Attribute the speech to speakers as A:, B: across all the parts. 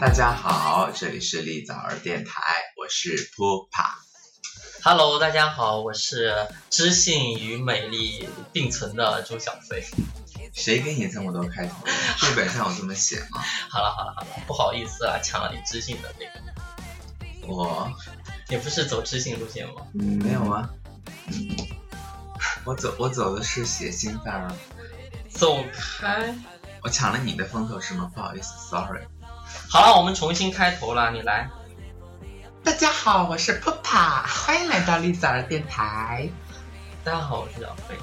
A: 大家好，这里是立早儿电台，我是 Pupa。
B: Hello，大家好，我是知性与美丽并存的周小飞。
A: 谁给你这么多开头？剧本上有这么写吗？
B: 好了好了好了，不好意思啊，抢了你知性的那个。
A: 我
B: 你不是走知性路线吗？
A: 没有啊，我走我走的是写心范儿，
B: 走开。
A: 我抢了你的风头是吗？不好意思，sorry。
B: 好了，我们重新开头了，你来。
A: 大家好，我是 Pupa，欢迎来到立早儿电台。
B: 大家好，我是小飞。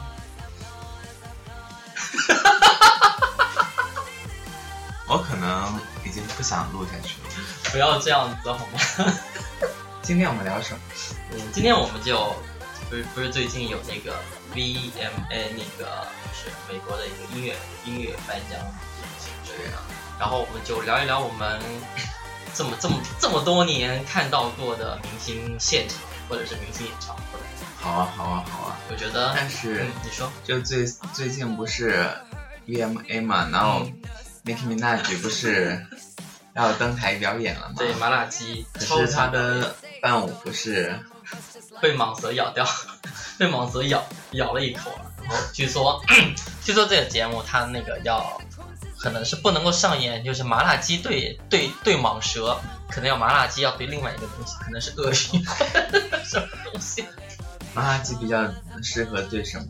A: 我可能已经不想录下去了。
B: 不要这样子好吗？
A: 今天我们聊什么？
B: 嗯，今天我们就不是不是最近有那个 VMA 那个就是美国的一个音乐音乐颁奖
A: 对啊，
B: 然后我们就聊一聊我们 这么这么这么多年看到过的明星现场，或者是明星演唱会。
A: 好啊，好啊，好啊。
B: 我觉得，
A: 但是
B: 嗯，你说，
A: 就最最近不是 VMA 嘛，然后
B: 嗯
A: Nicki Minaj 不是要登台表演了吗？
B: 对麻辣鸡超
A: 可是他
B: 强
A: 的伴舞不是
B: 被蟒蛇咬掉， 被蟒蛇咬咬了一口啊。然后据说，据说这个节目它那个要可能是不能够上演，就是麻辣鸡对对对蟒蛇，可能要麻辣鸡要对另外一个东西，可能是鳄鱼， 什么东西？
A: 麻辣鸡比较适合对什么？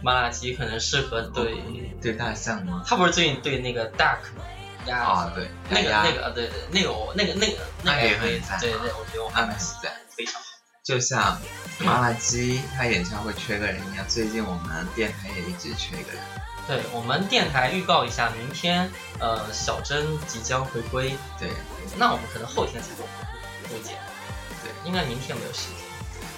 B: 麻辣鸡可能适合对，
A: 对大象吗？
B: 它不是最近对那个 duck 吗？鸭子
A: 啊，对，
B: 那个
A: 大
B: 那
A: 家
B: 个啊，对对，那个我那个那个那
A: 那
B: 个
A: 个也
B: 可以
A: 很赞，
B: 对对，我觉得我
A: 那个是在，
B: 非常好。
A: 就像麻辣鸡他演唱会缺个人一样，最近我们电台也一直缺一个人。
B: 对我们电台预告一下，明天呃小珍即将回归，
A: 对，
B: 那我们可能后天才会录节目，
A: 对，
B: 应该明天没有时间。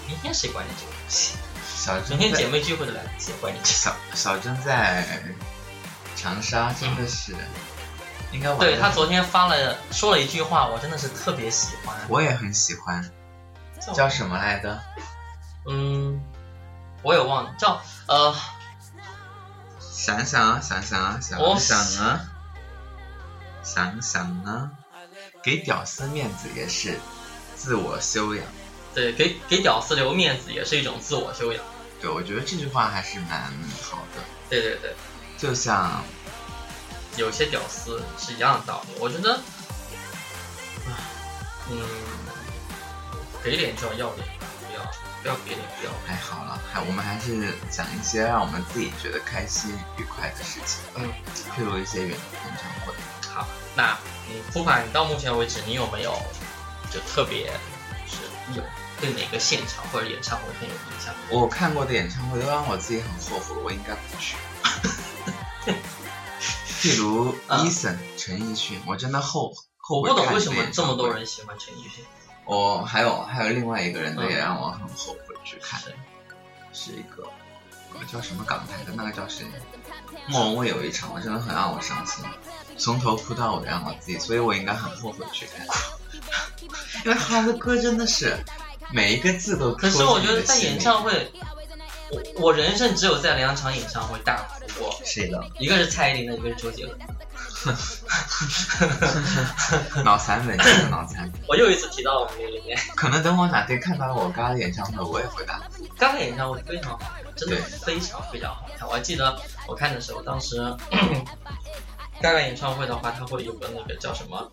B: 明天谁管你这个东 西？
A: 小
B: 明
A: 珍
B: 天姐
A: 在
B: 妹聚会的来，谁管你这个？
A: 小小珍在长沙真的是，应该我
B: 对她昨天发了说了一句话，我真的是特别喜欢。
A: 我也很喜欢，
B: 叫
A: 叫什么来着？
B: 嗯，我也忘了叫呃，
A: 想想啊，想想啊，想
B: 我
A: 想啊，想想啊，给屌丝面子也是自我修养。
B: 对，给给屌丝留面子也是一种自我修养。
A: 对，我觉得这句话还是蛮好的。
B: 对对对。
A: 就像
B: 有些屌丝是一样的道理。我觉得，唉嗯，给脸就要要脸，不要不要给脸不要。
A: 哎，好了，还我们还是讲一些让我们自己觉得开心愉快的事情，
B: 嗯，
A: 譬如一些演演唱会。
B: 那嗯，不管你到目前为止，你有没有就特别是有对哪个现场或者演唱会很有印象？
A: 我看过的演唱会都让我自己很后悔，我应该不 去。譬如
B: 啊
A: Eason、陈奕迅，我真的后后
B: 我
A: 悔
B: 不懂
A: 看
B: 为什
A: 的
B: 么
A: 演
B: 这
A: 唱
B: 么多
A: 会
B: 人喜欢陈奕迅。
A: 我还有还有另外一个人的也
B: 嗯
A: 让我很后悔去看，
B: 谁
A: 是一个呃叫什么港台的那个叫谁？莫文蔚有一场，我真的很让我伤心，从头哭到尾让我自己，所以我应该很后悔去看， 因为他的歌真的是每一个字都
B: 可
A: 戳
B: 是我
A: 进
B: 觉
A: 你
B: 得
A: 的
B: 在
A: 心
B: 演
A: 里
B: 唱会，我我人生只有在两场演唱会大哭过，
A: 谁的
B: 一个是蔡依林的，一个是周杰伦。
A: 脑残粉就是脑残，
B: 我又一次提到了我们的里面，
A: 可能等我哪天看到了我嘎的演唱会，我也会大哭。
B: 刚才演唱会非常好，真的
A: 对
B: 非常非常好看。我还记得我看的时候，当时 刚刚演唱会的话，它会有个那个叫什么，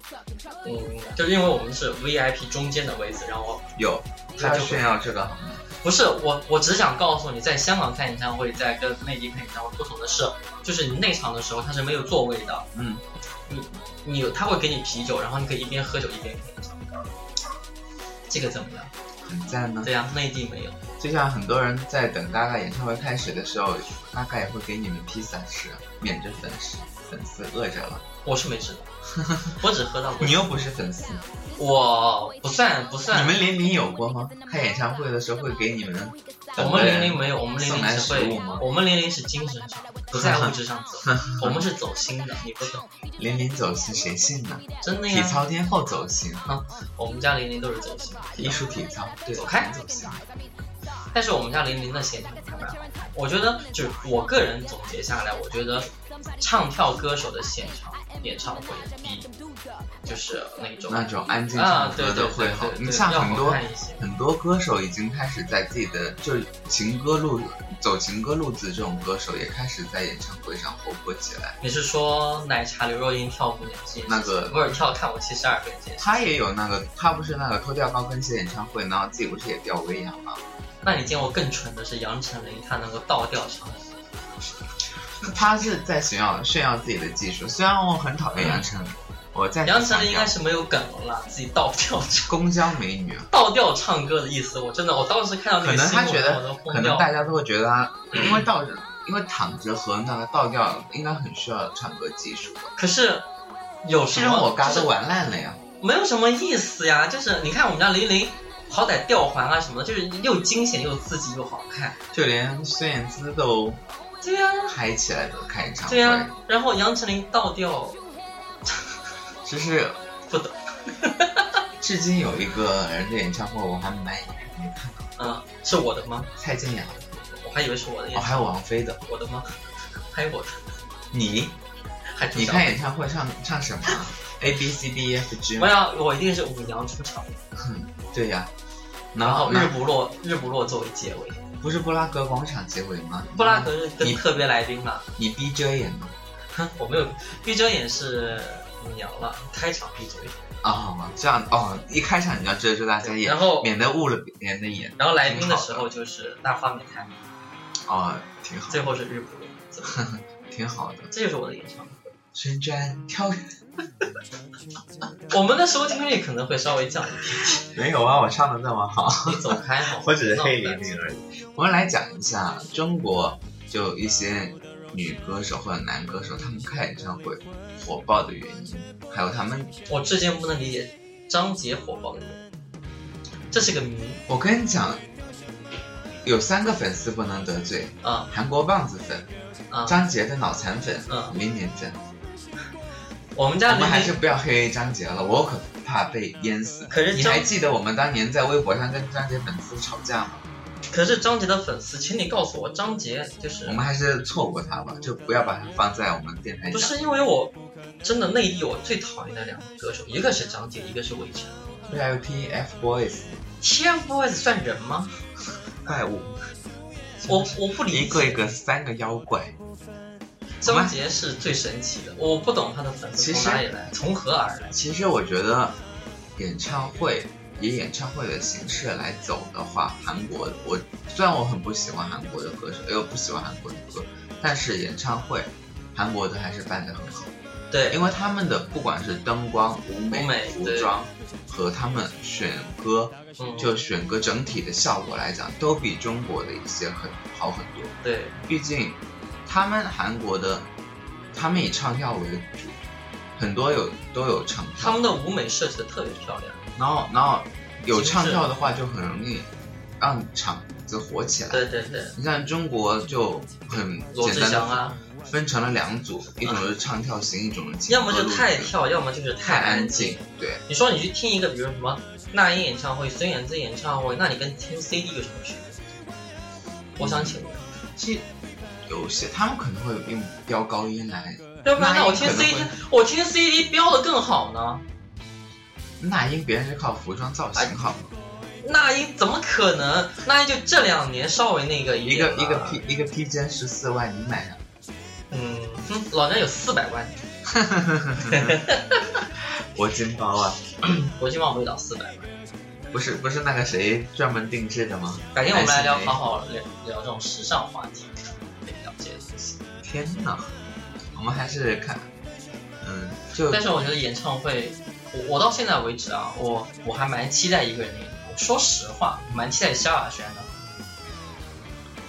B: 嗯，就是因为我们是 VIP 中间的位置，然后
A: 有，
B: 啊
A: 他炫耀这个好吗？
B: 不是我，我只想告诉你，在香港看演唱会，在跟内地看演唱会不同的是，就是你内场的时候它是没有座位的，
A: 嗯，
B: 你你有他会给你啤酒，然后你可以一边喝酒一边看演唱会，这个怎么样？
A: 很赞呢。
B: 对呀、内地没有。
A: 就像很多人在等嘎嘎演唱会开始的时候，大概也会给你们披萨吃，免着粉丝粉丝饿着了。
B: 我是没吃过，我只喝到过。
A: 你又不是粉丝，
B: 我不算不算。
A: 你们零零有过吗？开演唱会的时候会给你们
B: 我们零零没有，我们零
A: 送
B: 零
A: 来
B: 是
A: 食物
B: 会
A: 吗，？
B: 我们零零是精神上，不在物质上走， 我们是走心的，你不懂，
A: 零零走心谁信呢？
B: 真的
A: 体
B: 呀。
A: 操天后走心，
B: 我们家零零都是走心的，
A: 艺术体操对
B: 走开
A: 走心。
B: 但是我们家零零的现场还蛮好看的。我觉得就是我个人总结下来，我觉得唱跳歌手的现场演唱会比就是那种
A: 那种安静
B: 啊
A: 唱，
B: 对
A: 歌
B: 对
A: 的
B: 对
A: 会好，
B: 对
A: 你
B: 对，
A: 像
B: 要
A: 很
B: 好
A: 多
B: 看一些。
A: 很多歌手已经开始在自己的就是情歌路走情歌路子，这种歌手也开始在演唱会上活泼起来。
B: 你是说奶茶刘若英跳舞那件事？
A: 那个
B: 威尔跳看我七十二分这件事？
A: 他也有那个，他不是那个脱掉高跟鞋演唱会，然后自己不是也吊威亚吗？
B: 那你见过更蠢的是杨丞琳，她能够倒吊唱。
A: 他是在炫耀炫耀自己的技术，虽然我很讨厌杨丞琳，我在
B: 嗯杨丞琳应该
A: 是
B: 是没有梗了啦，自己倒吊唱。
A: 公交美女，
B: 倒吊唱歌的意思，我真的，我当时看到那
A: 可
B: 个
A: 能
B: 新
A: 他
B: 闻，
A: 觉
B: 我都
A: 得可
B: 疯掉
A: 能大
B: 了。
A: 家都会觉得他，因为倒着因为躺着和那个倒吊应该很需要唱歌技术的，
B: 可是有什
A: 这让
B: 么？
A: 我嘎
B: 就是
A: 都玩烂了呀。
B: 没有什么意思呀，就是你看我们家玲玲，好歹吊环啊什么的，就是又惊险又刺激又好看。
A: 就连孙燕姿都
B: 对呀、
A: 嗨起来的开演唱
B: 对呀、啊
A: 会，
B: 然后杨丞琳倒吊，
A: 就是
B: 不懂，
A: 至今有一个人的演唱会我还蛮没看到，
B: 嗯，是我的吗？
A: 蔡健雅，
B: 我还以为是我的，
A: 哦还有王菲的，
B: 我的吗？还有我的，
A: 你
B: 还出
A: 你
B: 场
A: 看，演唱会唱唱什么？A 啊 B C D E F G
B: 我
A: 吗？
B: 要我一定是舞娘出场，
A: 对呀，
B: 然
A: 然
B: 后
A: 后
B: 日
A: 呢？
B: 不落日不落作为结尾，
A: 不是布拉格广场结尾吗？
B: 布拉格是跟
A: 嗯你
B: 特别来宾了，
A: 你逼遮眼吗？
B: 哼， 我没有，闭着眼是舞娘了，开场闭着眼，
A: 哦，这样哦，一开场你要遮住大家眼
B: 然，后
A: 免得误了别人的眼。
B: 然后来宾的
A: 挺好
B: 时候就是大发美太，
A: 哦，挺好，
B: 最后是日不落，怎么
A: 挺好的。
B: 这就是我的演唱会。
A: 旋转跳跃，
B: 我们的收听率可能会稍微降一点。
A: 没有啊，我唱的那么好。？
B: 你走开好吗
A: 而已。我们来讲一下中国就一些女歌手或者男歌手他们开演唱会火爆的原因，还有他们，
B: 我至今不能理解张杰火爆的原因，这是个谜
A: 我跟你讲，有三个粉丝不能得罪：
B: 啊
A: 韩国棒子粉、
B: 啊！
A: 张杰的脑残粉、
B: 嗯
A: 林年粉。
B: 我们
A: 我
B: 家
A: 们还
B: 林
A: 是
B: 林，
A: 不要黑张杰了，我可怕被淹死。
B: 可是
A: 你
B: 张
A: 还记得我们当年在微博上跟张杰粉丝吵架吗？
B: 可是张杰的粉丝，请你告诉我，张杰就是
A: 我们还是错过他吧，就不要把他放在我们电台
B: 不
A: 讲。
B: 是因为我真的内地我最讨厌的两个歌手，一个是张杰，一个是魏晨。
A: ，VIP Boys
B: ，TFBOYS 算人吗？
A: 怪物。
B: 我我不理
A: 一个一
B: 解，
A: 个三个妖怪，
B: 张杰是最神奇的，我不懂他的粉丝
A: 其实
B: 从哪里来，从何而来。
A: 其实我觉得，演唱会以演唱会的形式来走的话，韩国我虽然我很不喜欢韩国的歌手，又不喜欢韩国的歌，但是演唱会韩国的还是办得很好，
B: 对，
A: 因为他们的不管是灯光、舞美、
B: 舞美
A: 服
B: 对
A: 装和他们选歌，
B: 嗯
A: 就选歌整体的效果来讲，都比中国的一些很好很多。
B: 对
A: 毕竟他们韩国的，他们以唱跳为主，很多有都有唱跳，
B: 他们的舞美设计的特别漂亮。
A: 然后然后有唱跳的话就很容易让场子火起来。
B: 对对对，
A: 你像中国就很
B: 罗
A: 简
B: 志
A: 单
B: 祥
A: 的
B: 啊，
A: 分成了两组，一种是唱跳型，一种是情
B: 要
A: 歌
B: 么
A: 路
B: 就太
A: 线。
B: 跳，要么就是
A: 太
B: 太
A: 安
B: 安
A: 静
B: 静。，
A: 对，
B: 你说你去听一个，比如什么那英演唱会、孙燕姿演唱会，那你跟听 CD 有什么区别？我想请问，
A: 其实有些他们可能会用飙高音来，
B: 要不
A: 嗯那
B: 然那
A: 英
B: 我听
A: 可能
B: CD，
A: 会
B: 我听 CD 标的更好呢？
A: 那英别人是靠服装造
B: 哎
A: 型好吗？
B: 那英怎么可能？那英就这两年稍微那个
A: 一
B: 点
A: 个
B: 了
A: 一个披一个披肩十四万，你买啊？
B: 嗯哼，老娘有四百万，
A: 铂金包啊？
B: 国际望不会到四百万。
A: 不是不是那个谁专门定制的吗？
B: 改天我们来聊
A: 还是没
B: 好好聊聊这种时尚话题，聊这些东西。
A: 天哪，我们还是看，嗯，就
B: 但是我觉得演唱会，我我到现在为止啊，我我还蛮期待一个人的演唱会。说实话，蛮期待萧亚轩的。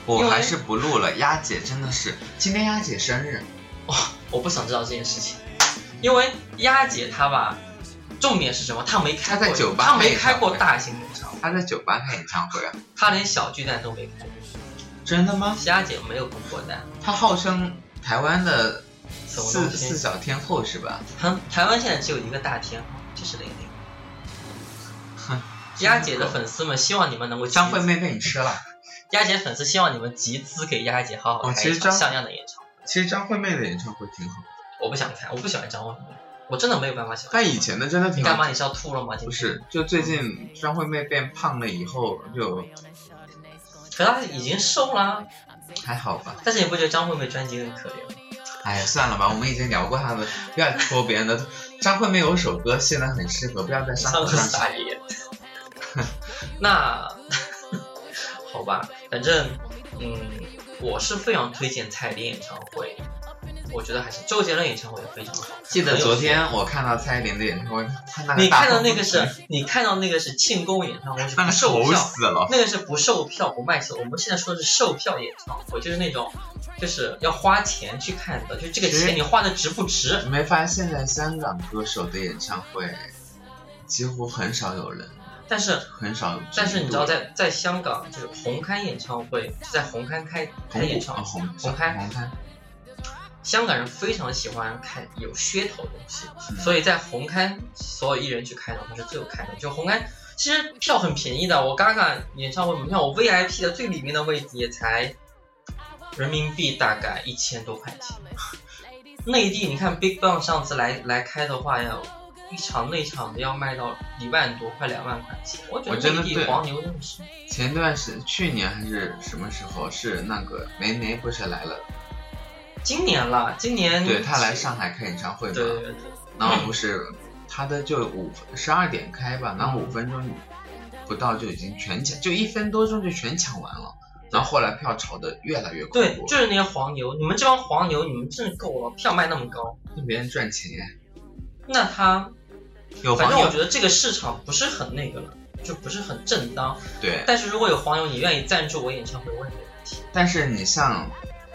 B: 因
A: 我
B: 为
A: 还是不录了。丫姐真的是，今天丫姐生日，
B: 哇、我不想知道这件事情，因为丫姐她吧，重点是什么？她没开
A: 她在
B: 过
A: 酒吧
B: 她没
A: 开
B: 开过
A: 演唱会
B: 大型演唱会，
A: 她在酒吧开演唱会啊？
B: 她连小巨蛋都没开过。
A: 哦真的吗？
B: 丫姐没有公过蛋，
A: 她号称台湾的
B: 什么
A: 四
B: 东
A: 四
B: 西？
A: 小天后是吧？
B: 台台湾现在只有一个大天后，就是玲玲。
A: 哼，
B: 丫姐的粉丝们希望你们能够集
A: 张惠
B: 资
A: 妹被你吃了。
B: 丫姐粉丝希望你们集资给丫姐好好
A: 哦
B: 开
A: 其
B: 一
A: 实
B: 场
A: 张
B: 像样的演唱会。
A: 其实张惠妹的演唱会挺好，
B: 我不想看，我不喜欢张惠妹，我真的没有办法喜欢。
A: 但以前的真的
B: 你
A: 挺
B: 干
A: 好。
B: 嘛？你是要吐了吗？今天
A: 不，是，就最近张惠妹变胖了以后，就
B: 可她已经瘦啦，
A: 还好吧。
B: 但是你不觉得张惠妹专辑很可怜吗？
A: 哎呀，算了吧，我们已经聊过她的，不要戳别人的。张惠妹有首歌现在很适合，不要在伤
B: 上
A: 口
B: 个
A: 上
B: 撒野。 那好吧，反正嗯，我是非常推荐蔡依林演唱会，我觉得还是周杰伦演唱会也非常好。
A: 记得昨天我看到蔡依林的演唱会，她那个
B: 你
A: 大
B: 看到
A: 胖
B: 那个
A: 子
B: 是，你看到那个是庆功演唱会是
A: 那
B: 不
A: 个
B: 售
A: 愁
B: 票，
A: 死了。
B: 那个是不售票不卖票。我们现在说的是售票演唱会，就是那种就是要花钱去看的，就这个
A: 其实
B: 钱你花的值不值？
A: 你没发现现在香港歌手的演唱会几乎很少有人，
B: 但是
A: 很少有知名度。
B: 但是你知道在在香港就是红磡演唱会是在红磡开开
A: 红
B: 演
A: 火
B: 唱
A: 啊
B: 会。
A: 红
B: 红开
A: 红开，
B: 香港人非常喜欢看有噱头的东西，
A: 嗯
B: 所以在红磡所有艺人去开的话是最有看头。就红磡其实票很便宜的，我 Gaga 演唱会门票，我 VIP 的最里面的位置也才人民币大概一千多块钱。内地你看 Big Bang 上次来来开的话要。一场内场的要卖到一万多，快两万块钱，我觉
A: 我真
B: 得
A: 的
B: 内地
A: 对
B: 黄牛真的是
A: 前段时去年还是什么时候是那个梅梅不是来了，
B: 今年了，今年
A: 对她来上海开演唱会
B: 对
A: 嘛
B: 对，对，
A: 然后不是她的就五十二点开吧，然
B: 嗯
A: 后五分钟不到就已经全抢，就一分多钟就全抢完了，然后后来票炒得越来越恐
B: 对，
A: 怖，
B: 就是那些黄牛，你们这帮黄牛，你们真的够了，票卖那么高，
A: 跟别人赚钱，
B: 那他
A: 有
B: 反
A: 黄
B: 正我
A: 牛
B: 觉得这个市场不是很那个了，就不是很正当。
A: 对，
B: 但是如果有黄牛，你愿意赞助我演唱会，我也没问题。
A: 但是你像，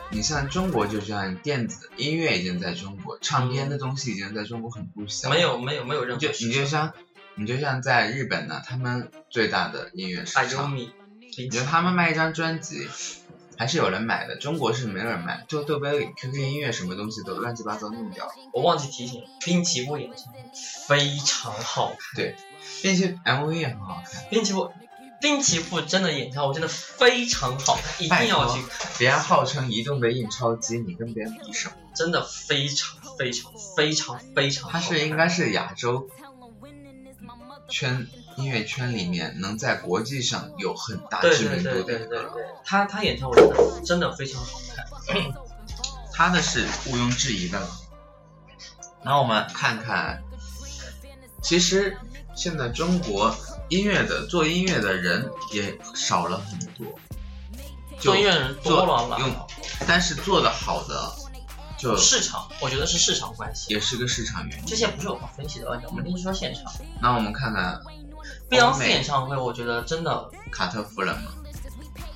A: 你像中国就这样，电子音乐已经在中国，唱片的东西已经在中国很不小。
B: 没，有没有没有任
A: 你
B: 何
A: 就
B: 市
A: 你就
B: 场。
A: 像，你就像在日本呢，他们最大的音乐市
B: 啊，优
A: 场，
B: 米，
A: 你觉得他们卖一张专辑，还是有人买的，中国是没有人买，就豆瓣、QQ 音乐什么东西都乱七八糟弄掉了。
B: 我忘记提醒了，滨崎步演唱会非常好看。
A: 对，并且 MV 也很好看，
B: 滨崎步，滨崎步真的演唱会真的非常好看，一定要去看，
A: 别人号称移动的印钞机，你跟别人比什么？
B: 真的非常非常非常非常好
A: 他
B: 看。
A: 是应该是亚洲圈音乐圈里面能在国际上有很大
B: 对
A: 知
B: 对
A: 名
B: 对
A: 度
B: 对
A: 的
B: 对
A: 一
B: 对
A: 个人，，
B: 他他演唱会真的真的非常好看。
A: 他的是毋庸置疑的了。然后我们看看，其实现在中国音乐的做音乐的人也少了很多，就
B: 做音乐的人多了
A: 做
B: 啦，
A: 但是做的好的就
B: 市场我觉得是市场关系，
A: 也是个市场原因。
B: 这些不是我们分析的问题，我们就是说现场。
A: 那我们看看
B: 碧昂
A: 哦
B: 斯
A: 美
B: 演唱会，我觉得真的，
A: 卡特夫人嘛，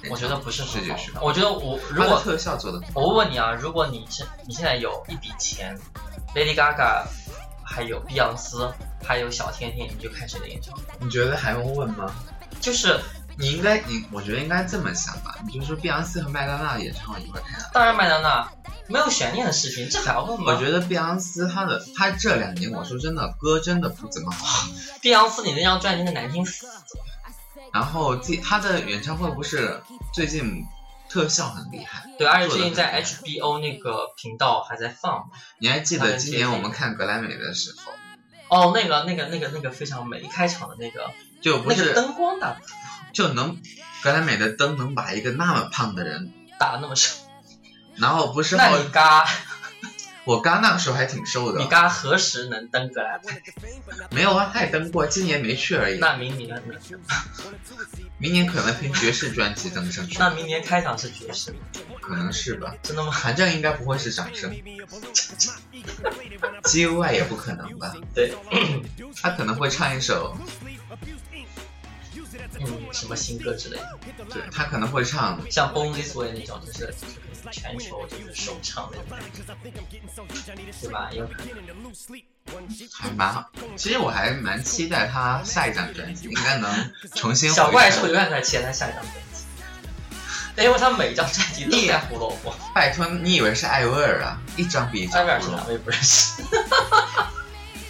B: 我觉得不是
A: 这
B: 很
A: 就
B: 好
A: 是
B: 看。我觉得我如
A: 他的
B: 果
A: 特效做的很好。
B: 我问你啊，如果你是你现在有一笔钱，Lady Gaga，还有碧昂斯，还有小甜甜，你就看谁的演唱会？
A: 你觉得还用问吗？
B: 就是
A: 你应该，你我觉得应该这么想吧，你就说碧昂斯和麦当娜演唱会你会看哪？
B: 当然麦当娜没有悬念的事情，这还要问
A: 我
B: 吗？
A: 觉得碧昂斯她的她这两年，我说真的，歌真的不怎么好。
B: 碧昂斯你那张专辑真的难听死了，
A: 然后自己她的演唱会不是最近特效很厉害，
B: 对，而且
A: 做得
B: 最近在
A: 很
B: HBO 那个频道还在放。
A: 你还
B: 啊
A: 记得今年我们看格莱美的时候，
B: 哦，那个、那个、那个、那个非常美，一开场的那个
A: 就不
B: 那个
A: 是
B: 灯光打
A: 就能格莱美的灯能把一个那么胖的人，
B: 打得那么瘦，
A: 然后不是
B: 那
A: 后
B: 你嘎
A: 我刚那个时候还挺瘦
B: 你
A: 的，
B: 嘎何时能登格莱美？
A: 没有啊，她也登过，今年没去而已。
B: 那明年呢？
A: 明年可能凭爵士专辑登上去，
B: 那明年开场是爵士，
A: 可能是吧。
B: 真的吗？
A: 反正应该不会是掌声 ，G U I 也不可能吧？
B: 对，
A: 他可能会唱一首
B: 嗯什么新歌之类的，
A: 对他可能会唱，
B: 像 Born This Way 那种，就是就是全球就是首唱那种感觉，对吧？有可能
A: 还蛮好。其实我还蛮期待他下一张专辑应该能重新
B: 小
A: 回
B: 怪
A: 来
B: 兽永远在期待他下一张专辑， 哎因为他每一张专辑都在胡萝卜。
A: 拜托，你以为是艾薇儿啊？一张比一
B: 艾
A: 张
B: 薇儿
A: 不
B: 是
A: 如
B: 哪。位不认识？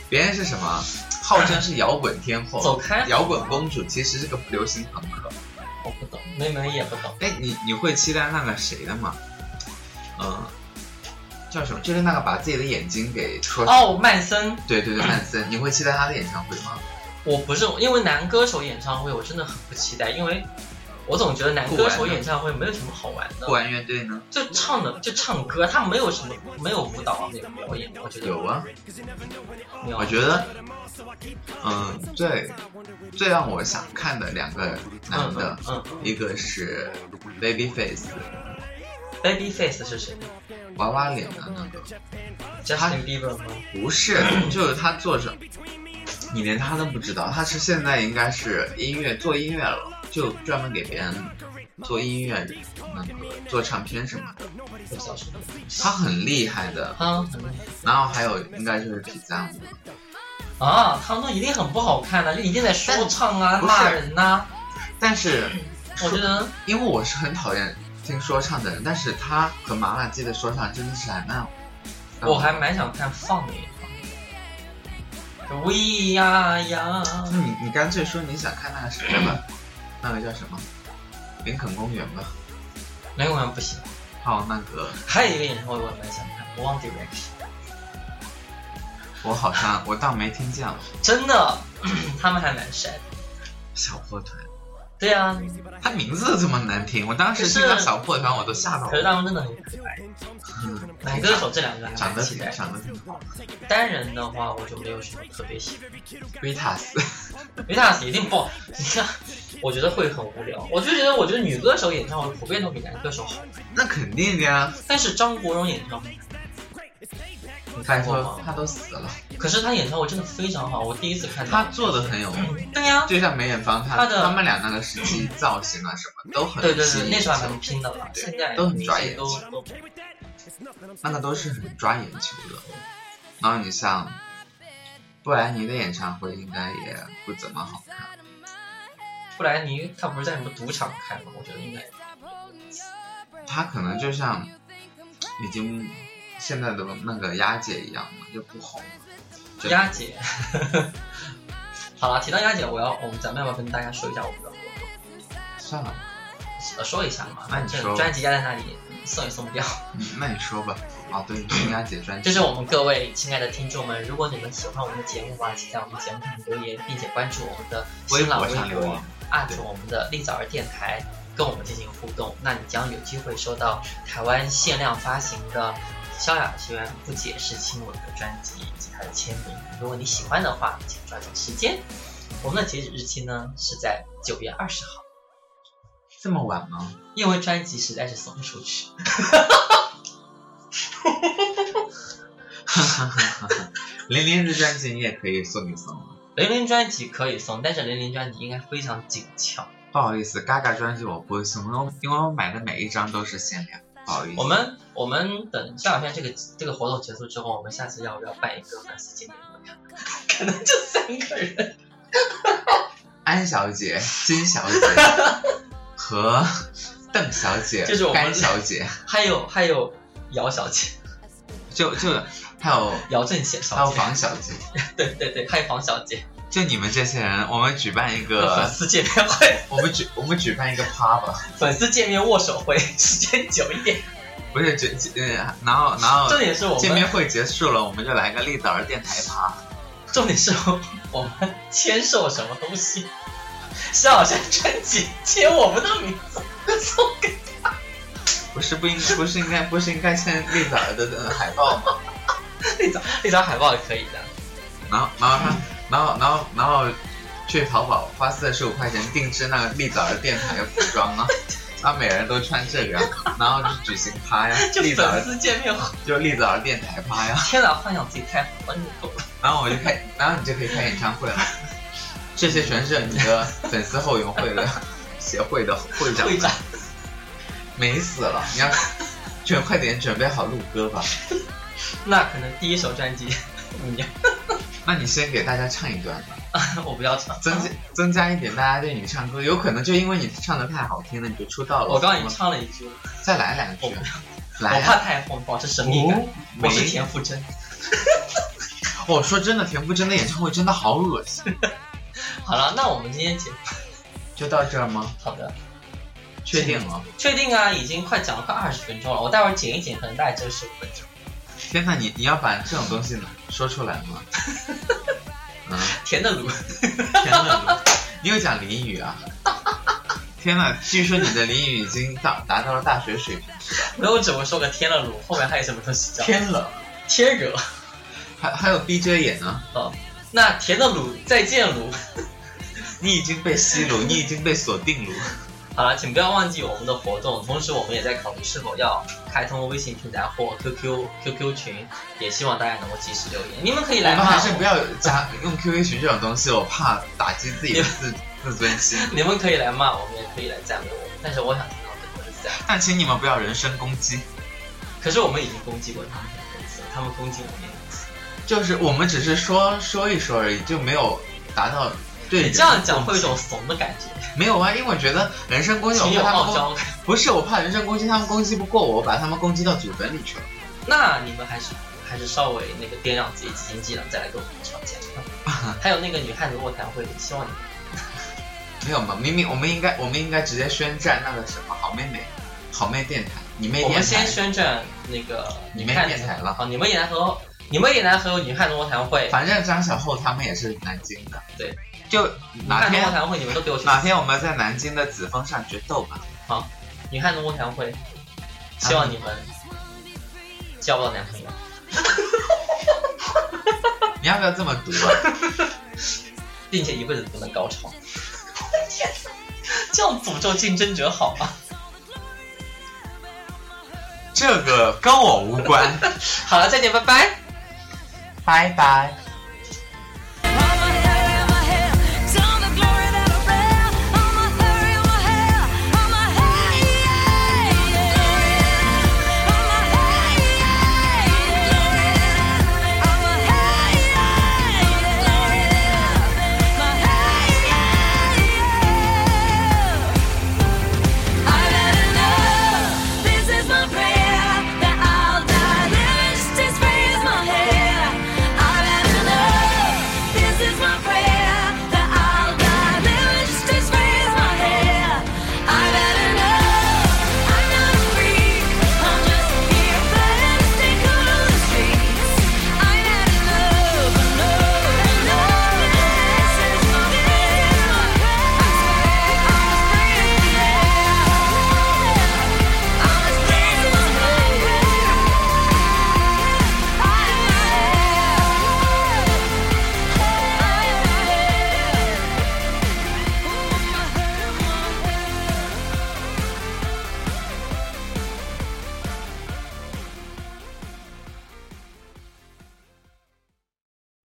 A: 别人是什么？号称是摇滚天
B: 走
A: 后，
B: 开，
A: 摇滚公主，其实是个流行朋克。
B: 我不懂，妹妹也不懂。
A: 哎，你你会期待那个谁的吗？嗯，叫什么？就是那个把自己的眼睛给戳。
B: 哦，曼森，
A: 对对对，曼森，你会期待他的演唱会吗？
B: 我不是因为男歌手演唱会，我真的很不期待，因为我总觉得男歌手演唱会没有什么好玩的
A: 酷，玩乐队呢？
B: 就唱的就唱歌，他没有什么没有舞蹈啊，没有表演，我觉得
A: 有啊，
B: 没有
A: 我觉得，嗯，最最让我想看的两个男
B: 嗯
A: 的
B: 嗯，嗯
A: 一个是 Babyface，
B: ，Babyface 是谁
A: 娃娃脸的那个，
B: ？Justin Bieber 吗？
A: 不是，就是他做着，你连他都不知道，他是现在应该是音乐做音乐了，就专门给别人做音乐，那个做唱片什么的，
B: 不知道是谁。嗯
A: 他很厉害的。
B: 汤
A: 然后还有应该就是皮赞舞，
B: 啊，汤中一定很不好看的、就一定在说唱啊、
A: 但
B: 骂人呐、
A: 但是
B: 我觉得
A: 因为我是很讨厌听说唱的人，但是他和麻辣鸡的说唱真的是还蛮，
B: 我还蛮想看放的一放。We 呀呀，
A: 那你你干脆说你想看那个什么吧，那个叫什么林肯公园吧，
B: 灵魂啊不行。
A: 还有那个
B: 还有一个演唱会我也蛮想看，One Direction，
A: 我好像我倒没听见了，
B: 真的， 他们还蛮帅的。
A: 小破团。
B: 对啊，
A: 他名字这么难听，我当时听到小破团我都吓到
B: 可是
A: 了。
B: 他们真的很可爱。
A: 嗯
B: 男歌手这两个还
A: 长
B: 蛮
A: 得
B: 期
A: 挺
B: 待。
A: 长得挺好。
B: 单人的话，我就没有什么特别喜欢。
A: Vitas，
B: 维塔斯一定不，你看， 我觉得会很无聊。我就觉得，我觉得女歌手演唱会普遍都比男歌手好，
A: 那肯定的呀，
B: 但是张国荣演唱会，你
A: 拜
B: 看过
A: 托他
B: 吗？
A: 都死了，
B: 可是他演唱会真的非常好，我第一次看
A: 他做的很有，
B: 嗯对呀、
A: 就像梅艳芳他
B: 他的
A: 他们俩那个时期造型啊什么都很
B: 对对
A: 吸
B: 对，
A: 引
B: 那时候还
A: 人
B: 蛮拼的了，现在
A: 都很
B: 明
A: 抓
B: 星
A: 眼
B: 都
A: 球
B: 都
A: 那个都是很抓眼球的。然后你像布兰妮的演唱会应该也不怎么好看，
B: 布莱尼他不是在什么赌场看吗？我觉得应该
A: 她可能就像已经现在的那个丫姐一样嘛，就不红了。就
B: 丫姐。 好了，提到丫姐，我要我们咱们要不要跟大家说一下我们的活动？
A: 算了，
B: 呃，说一下嘛，
A: 那
B: 反
A: 你
B: 正
A: 说
B: 专辑压在那里，送也送不掉。
A: 嗯那你说吧。哦，对，你听丫姐专
B: 这
A: 辑。
B: 是我们各位亲爱的听众们，如果你们喜欢我们的节目的话，请在我们节目下面留言，并且关注我们的
A: 微
B: 新浪
A: 博
B: 微
A: 上留
B: 博
A: 言，，
B: 艾特我们的立早儿电台，跟我们进行互动。那你将有机会收到台湾限量发行的萧亚轩不解释亲吻的专辑以及他的签名。如果你喜欢的话，请抓紧时间。我们的截止日期呢是在九月二十号，
A: 这么晚吗？
B: 因为专辑实在是送不出去。
A: 零零日专辑你也可以送一送啊了。
B: 零零专辑可以送，但是零零专辑应该非常紧俏。
A: 不好意思，Gaga 专辑我不会送，因为我因为我买的每一张都是限量，不好意思。
B: 我们我们等萧亚轩这个这个活动结束之后，我们下次要不要办一个粉丝见面会？可能就三个人。
A: 安小姐、金小 姐和邓小姐、
B: 这是我们
A: 甘小姐，
B: 还有还有姚小姐，
A: 就就 还有
B: 姚正贤
A: 还有
B: 小姐，
A: 房小姐，
B: 对对对，还有黄小姐
A: 就你们这些人，我们举办一
B: 的粉
A: 个，
B: 丝见面会，
A: 我们举我们举办一个趴吧，
B: 粉丝见面握手会，时间久一点。
A: 不是举举呃，然后然后
B: 重点是我
A: 见面
B: 们，
A: 会结束了，我们就来个立早儿电台趴，
B: 重点是我们签售什么东西？萧亚轩专辑签我们的名字送给
A: 不是不应不是应该不是应该签立早儿的呃海报吗？
B: 那张那张海报也可以的。
A: 然后然后他然后然后然后去淘宝花四十五块钱定制那个立早儿电台的服装 啊，啊，每人都穿这个，啊然后就举行趴呀，
B: 就
A: 立早
B: 粉
A: 儿
B: 丝见面会，啊
A: 就立早儿电台趴呀，
B: 天哪，幻想自己太好了，你懂吗？
A: 然后我就开，然后你就可以开演唱会了。这些全是你的粉丝后援会的 协会的会长，
B: 会长
A: 美死了！你要准快点准备好录歌吧。
B: 那可能第一首专辑，你
A: 那你先给大家唱一段吧，
B: 我不要唱。
A: 增加增加一点大家对你唱歌，有可能就因为你唱的太好听了，你就出道了。
B: 我刚刚已经唱了一句，
A: 再来两句
B: 我，
A: 来
B: 我怕
A: 啊！嗯哦
B: 太红，保持神秘感。我是田馥甄。
A: 我说真的，田馥甄的演唱会真的好恶心。
B: 好了，那我们今天节目
A: 就到这儿吗？
B: 好的，
A: 确定吗？
B: 确定啊，已经快讲了快二十分钟了，我待会儿剪一剪，可能大概只有十五分钟。
A: 天呐，你你要把这种东西 说出来吗？嗯，
B: 甜的卤，
A: 天呐，你有讲俚语啊？天呐，据说你的俚语已经到达到了大学水平。
B: 没有，我只会说个天的卤，后面还有什么东西叫
A: 冷，
B: 天惹？
A: 还还有闭着眼呢。
B: 那甜的卤，再见卤。
A: 你已经被吸 撸，你已经被锁定撸。
B: 好了，请不要忘记我们的活动，同时我们也在考虑是否要开通微信平台或 QQ QQ 群，也希望大家能够及时留言。你们可以
A: 我
B: 来
A: 们
B: 骂
A: 还是
B: 我，
A: 不要加用 QQ 群这种东西，我怕打击自己的 自自尊心。
B: 你们可以来骂我们，也可以来赞美我们，但是我想听哦到更多的赞美。
A: 但请你们不要人身攻击，
B: 可是我们已经攻击过他们很多次了，他们攻击我们也很多次。
A: 就是我们只是说说一说而已，就没有达到对
B: 你
A: 人
B: 这样讲会有一种怂的感觉，
A: 没有啊，因为我觉得人身 攻击，我
B: 情有
A: 怕他
B: 傲
A: 们攻
B: 娇。
A: 不是我怕人身攻击，他们攻击不过我，我把他们攻击到祖坟里去了。
B: 那你们还是还是稍微那个掂量自己几斤几两，再来跟我们 吵架。还有那个女汉子卧谈会，希望你们
A: 没有嘛，明明我们应该我们应该直接宣战那个什么好妹妹，好妹电台，你妹
B: 我
A: 电
B: 们先
A: 台，
B: 宣战那个
A: 你
B: 女
A: 妹
B: 汉
A: 电
B: 子
A: 台了。
B: 好，哦你们也来和你们也来和女汉子卧谈会，
A: 反正张小厚他们也是南京的，
B: 对，
A: 就
B: 女
A: 哪
B: 汉子卧
A: 天啊
B: 谈会你们都给我去。
A: 哪天啊我们在南京的紫峰上决斗 吧。
B: 女汉子卧谈会，希望你们
A: 啊
B: 交不到男朋友。
A: 你要不要这么读啊？
B: 并且一辈子不能高潮。 这样诅咒竞争者好吗？
A: 这个跟我无关，
B: 好了，再见，拜拜。
A: 拜拜。